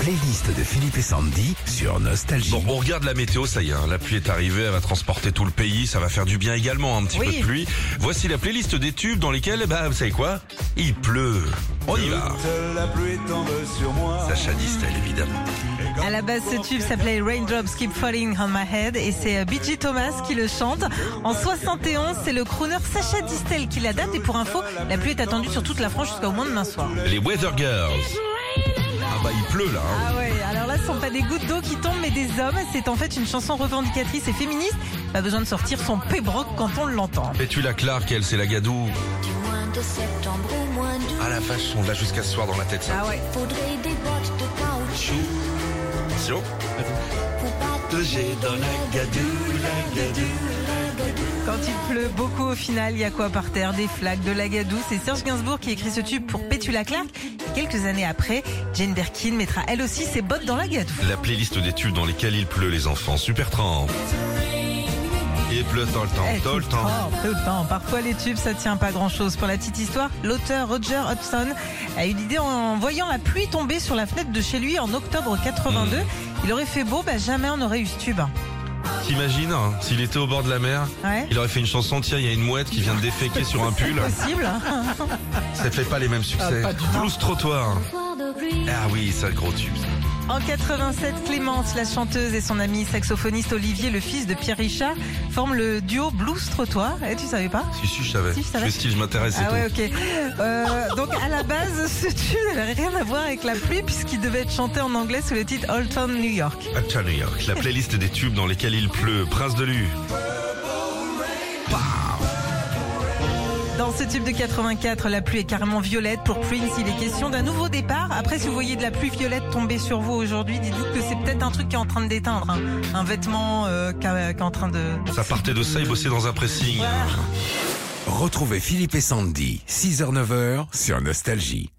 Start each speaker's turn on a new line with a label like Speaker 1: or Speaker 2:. Speaker 1: playlist de Philippe et Sandy sur Nostalgie.
Speaker 2: Bon, on regarde la météo, ça y est, hein, la pluie est arrivée, elle va transporter tout le pays, ça va faire du bien également, un petit
Speaker 3: Oui.
Speaker 2: peu de pluie. Voici la playlist des tubes dans lesquels, bah, vous savez quoi Il pleut. On y va.
Speaker 4: Toute la pluie tombe sur moi.
Speaker 2: Sacha Distel, évidemment.
Speaker 3: À la base, ce tube s'appelait Raindrops Keep Falling on My Head et c'est euh, BG Thomas qui le chante. En 71, c'est le crooner Sacha Distel qui l'adapte et pour info, la pluie est attendue sur toute la France jusqu'au moins demain soir.
Speaker 2: Les Weather Girls. Ah bah, il pleut là. hein.
Speaker 3: Ah ouais, alors là, ce sont pas des gouttes d'eau qui tombent, mais des hommes. C'est en fait une chanson revendicatrice et féministe. Pas besoin de sortir son pébroc quand on l'entend.
Speaker 2: Et tu la Clark, elle, c'est la gadoue.
Speaker 5: Du moins de septembre au moins d'août.
Speaker 2: Ah la vache, on l'a jusqu'à ce soir dans la tête, ça.
Speaker 3: Ah ouais.
Speaker 5: Faudrait des bottes de caoutchouc
Speaker 2: Attention.
Speaker 5: pour pas
Speaker 2: J'ai dans la gadoue, la
Speaker 3: Quand il pleut beaucoup au final, il y a quoi par terre Des flaques, de la gadoue. C'est Serge Gainsbourg qui écrit ce tube pour Pétula Clark. Et quelques années après, Jane Birkin mettra elle aussi ses bottes dans la gadoue.
Speaker 2: La playlist des tubes dans lesquels il pleut, les enfants. Super 30. Il pleut tout le temps,
Speaker 3: Eh,
Speaker 2: tout le temps.
Speaker 3: tout le temps. Parfois, les tubes, ça tient pas grand chose. Pour la petite histoire, l'auteur Roger Hodgson a eu l'idée en voyant la pluie tomber sur la fenêtre de chez lui en octobre 82.
Speaker 2: Hmm.
Speaker 3: Il aurait fait beau, bah, jamais on aurait eu ce tube.
Speaker 2: T'imagines, hein, s'il était au bord de la mer,
Speaker 3: Ouais.
Speaker 2: il aurait fait une chanson, tiens, il y a une mouette qui vient de déféquer sur un pull.
Speaker 3: Possible.
Speaker 2: Ça fait pas les
Speaker 3: Ah,
Speaker 2: mêmes succès. Blouse trottoir.
Speaker 5: voir de pluie.
Speaker 2: Ah oui, ça, gros tube.
Speaker 3: En 87, Clémence, la chanteuse, et son ami saxophoniste Olivier, le fils de Pierre Richard, forment le duo Blues Trottoir. Eh, tu savais pas
Speaker 2: Si, si, je savais.
Speaker 3: Si, je savais.
Speaker 2: fais style, je m'intéresse et
Speaker 3: Ah
Speaker 2: tout.
Speaker 3: ouais, ok. Euh, donc à la base, ce tube n'avait rien à voir avec la pluie puisqu'il devait être chanté en anglais sous le titre Old Town New York.
Speaker 2: Actua New York, la playlist des tubes dans lesquels il pleut. Prince de Lu.
Speaker 3: Dans ce tube de 84, la pluie est carrément violette. Pour Prince, il est question d'un nouveau départ. Après, si vous voyez de la pluie violette tomber sur vous aujourd'hui, dites-vous que c'est peut-être un truc qui est en train de déteindre. hein. Un vêtement euh, qui est qui est en train de...
Speaker 2: Ça partait de ça, il bossait dans un pressing.
Speaker 3: Voilà.
Speaker 1: Retrouvez Philippe et Sandy, 6h-9h sur Nostalgie.